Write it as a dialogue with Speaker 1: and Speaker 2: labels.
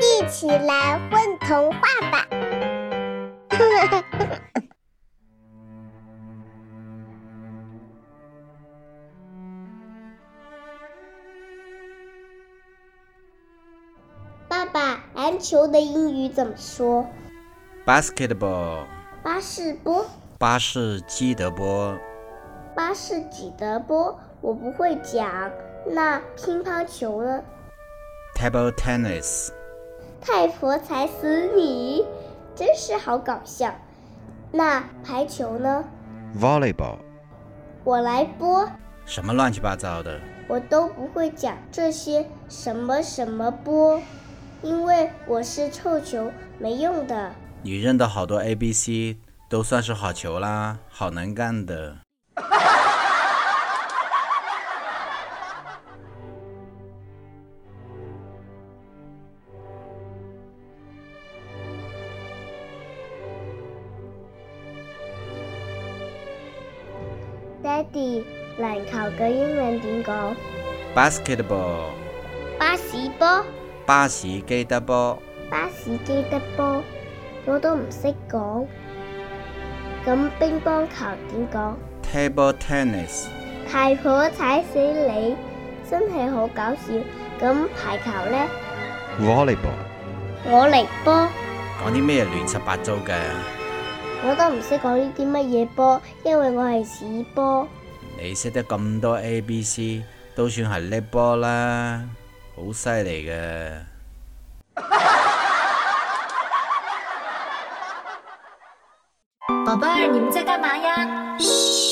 Speaker 1: 一起来混童话吧！ 爸爸，篮球的英语怎么说？
Speaker 2: Basketball，
Speaker 1: 巴士波，
Speaker 2: 巴士基德波，
Speaker 1: 巴士几德波？我不会讲。那乒乓球呢？
Speaker 2: table tennis，
Speaker 1: 太婆踩死你，真是好搞笑。那排球呢？
Speaker 2: volleyball，
Speaker 1: 我来播，
Speaker 2: 什么乱七八糟的，
Speaker 1: 我都不会讲这些什么什么波，因为我是臭球，没用的。
Speaker 2: 你认得好多 A、B、C，都算是好球啦，好能干的。
Speaker 1: Daddy，籃球嘅英文點講
Speaker 2: Basketball，
Speaker 1: 巴士波，
Speaker 2: 巴士基德波，
Speaker 1: 巴士基德波，我都唔識講。咁乒乓球點講？
Speaker 2: table tennis，
Speaker 1: 太婆踩死你，真係好搞笑。咁排球呢？
Speaker 3: volleyball
Speaker 1: 我嚟波，
Speaker 2: 講啲咩亂七八糟嘅？
Speaker 1: 我都唔識講呢啲乜嘢波，因為我係屎波。
Speaker 2: 你識得咁多 A、B、C，都算係叻波啦，好犀利嘅。
Speaker 4: 宝贝儿，你们在干嘛呀？嘘，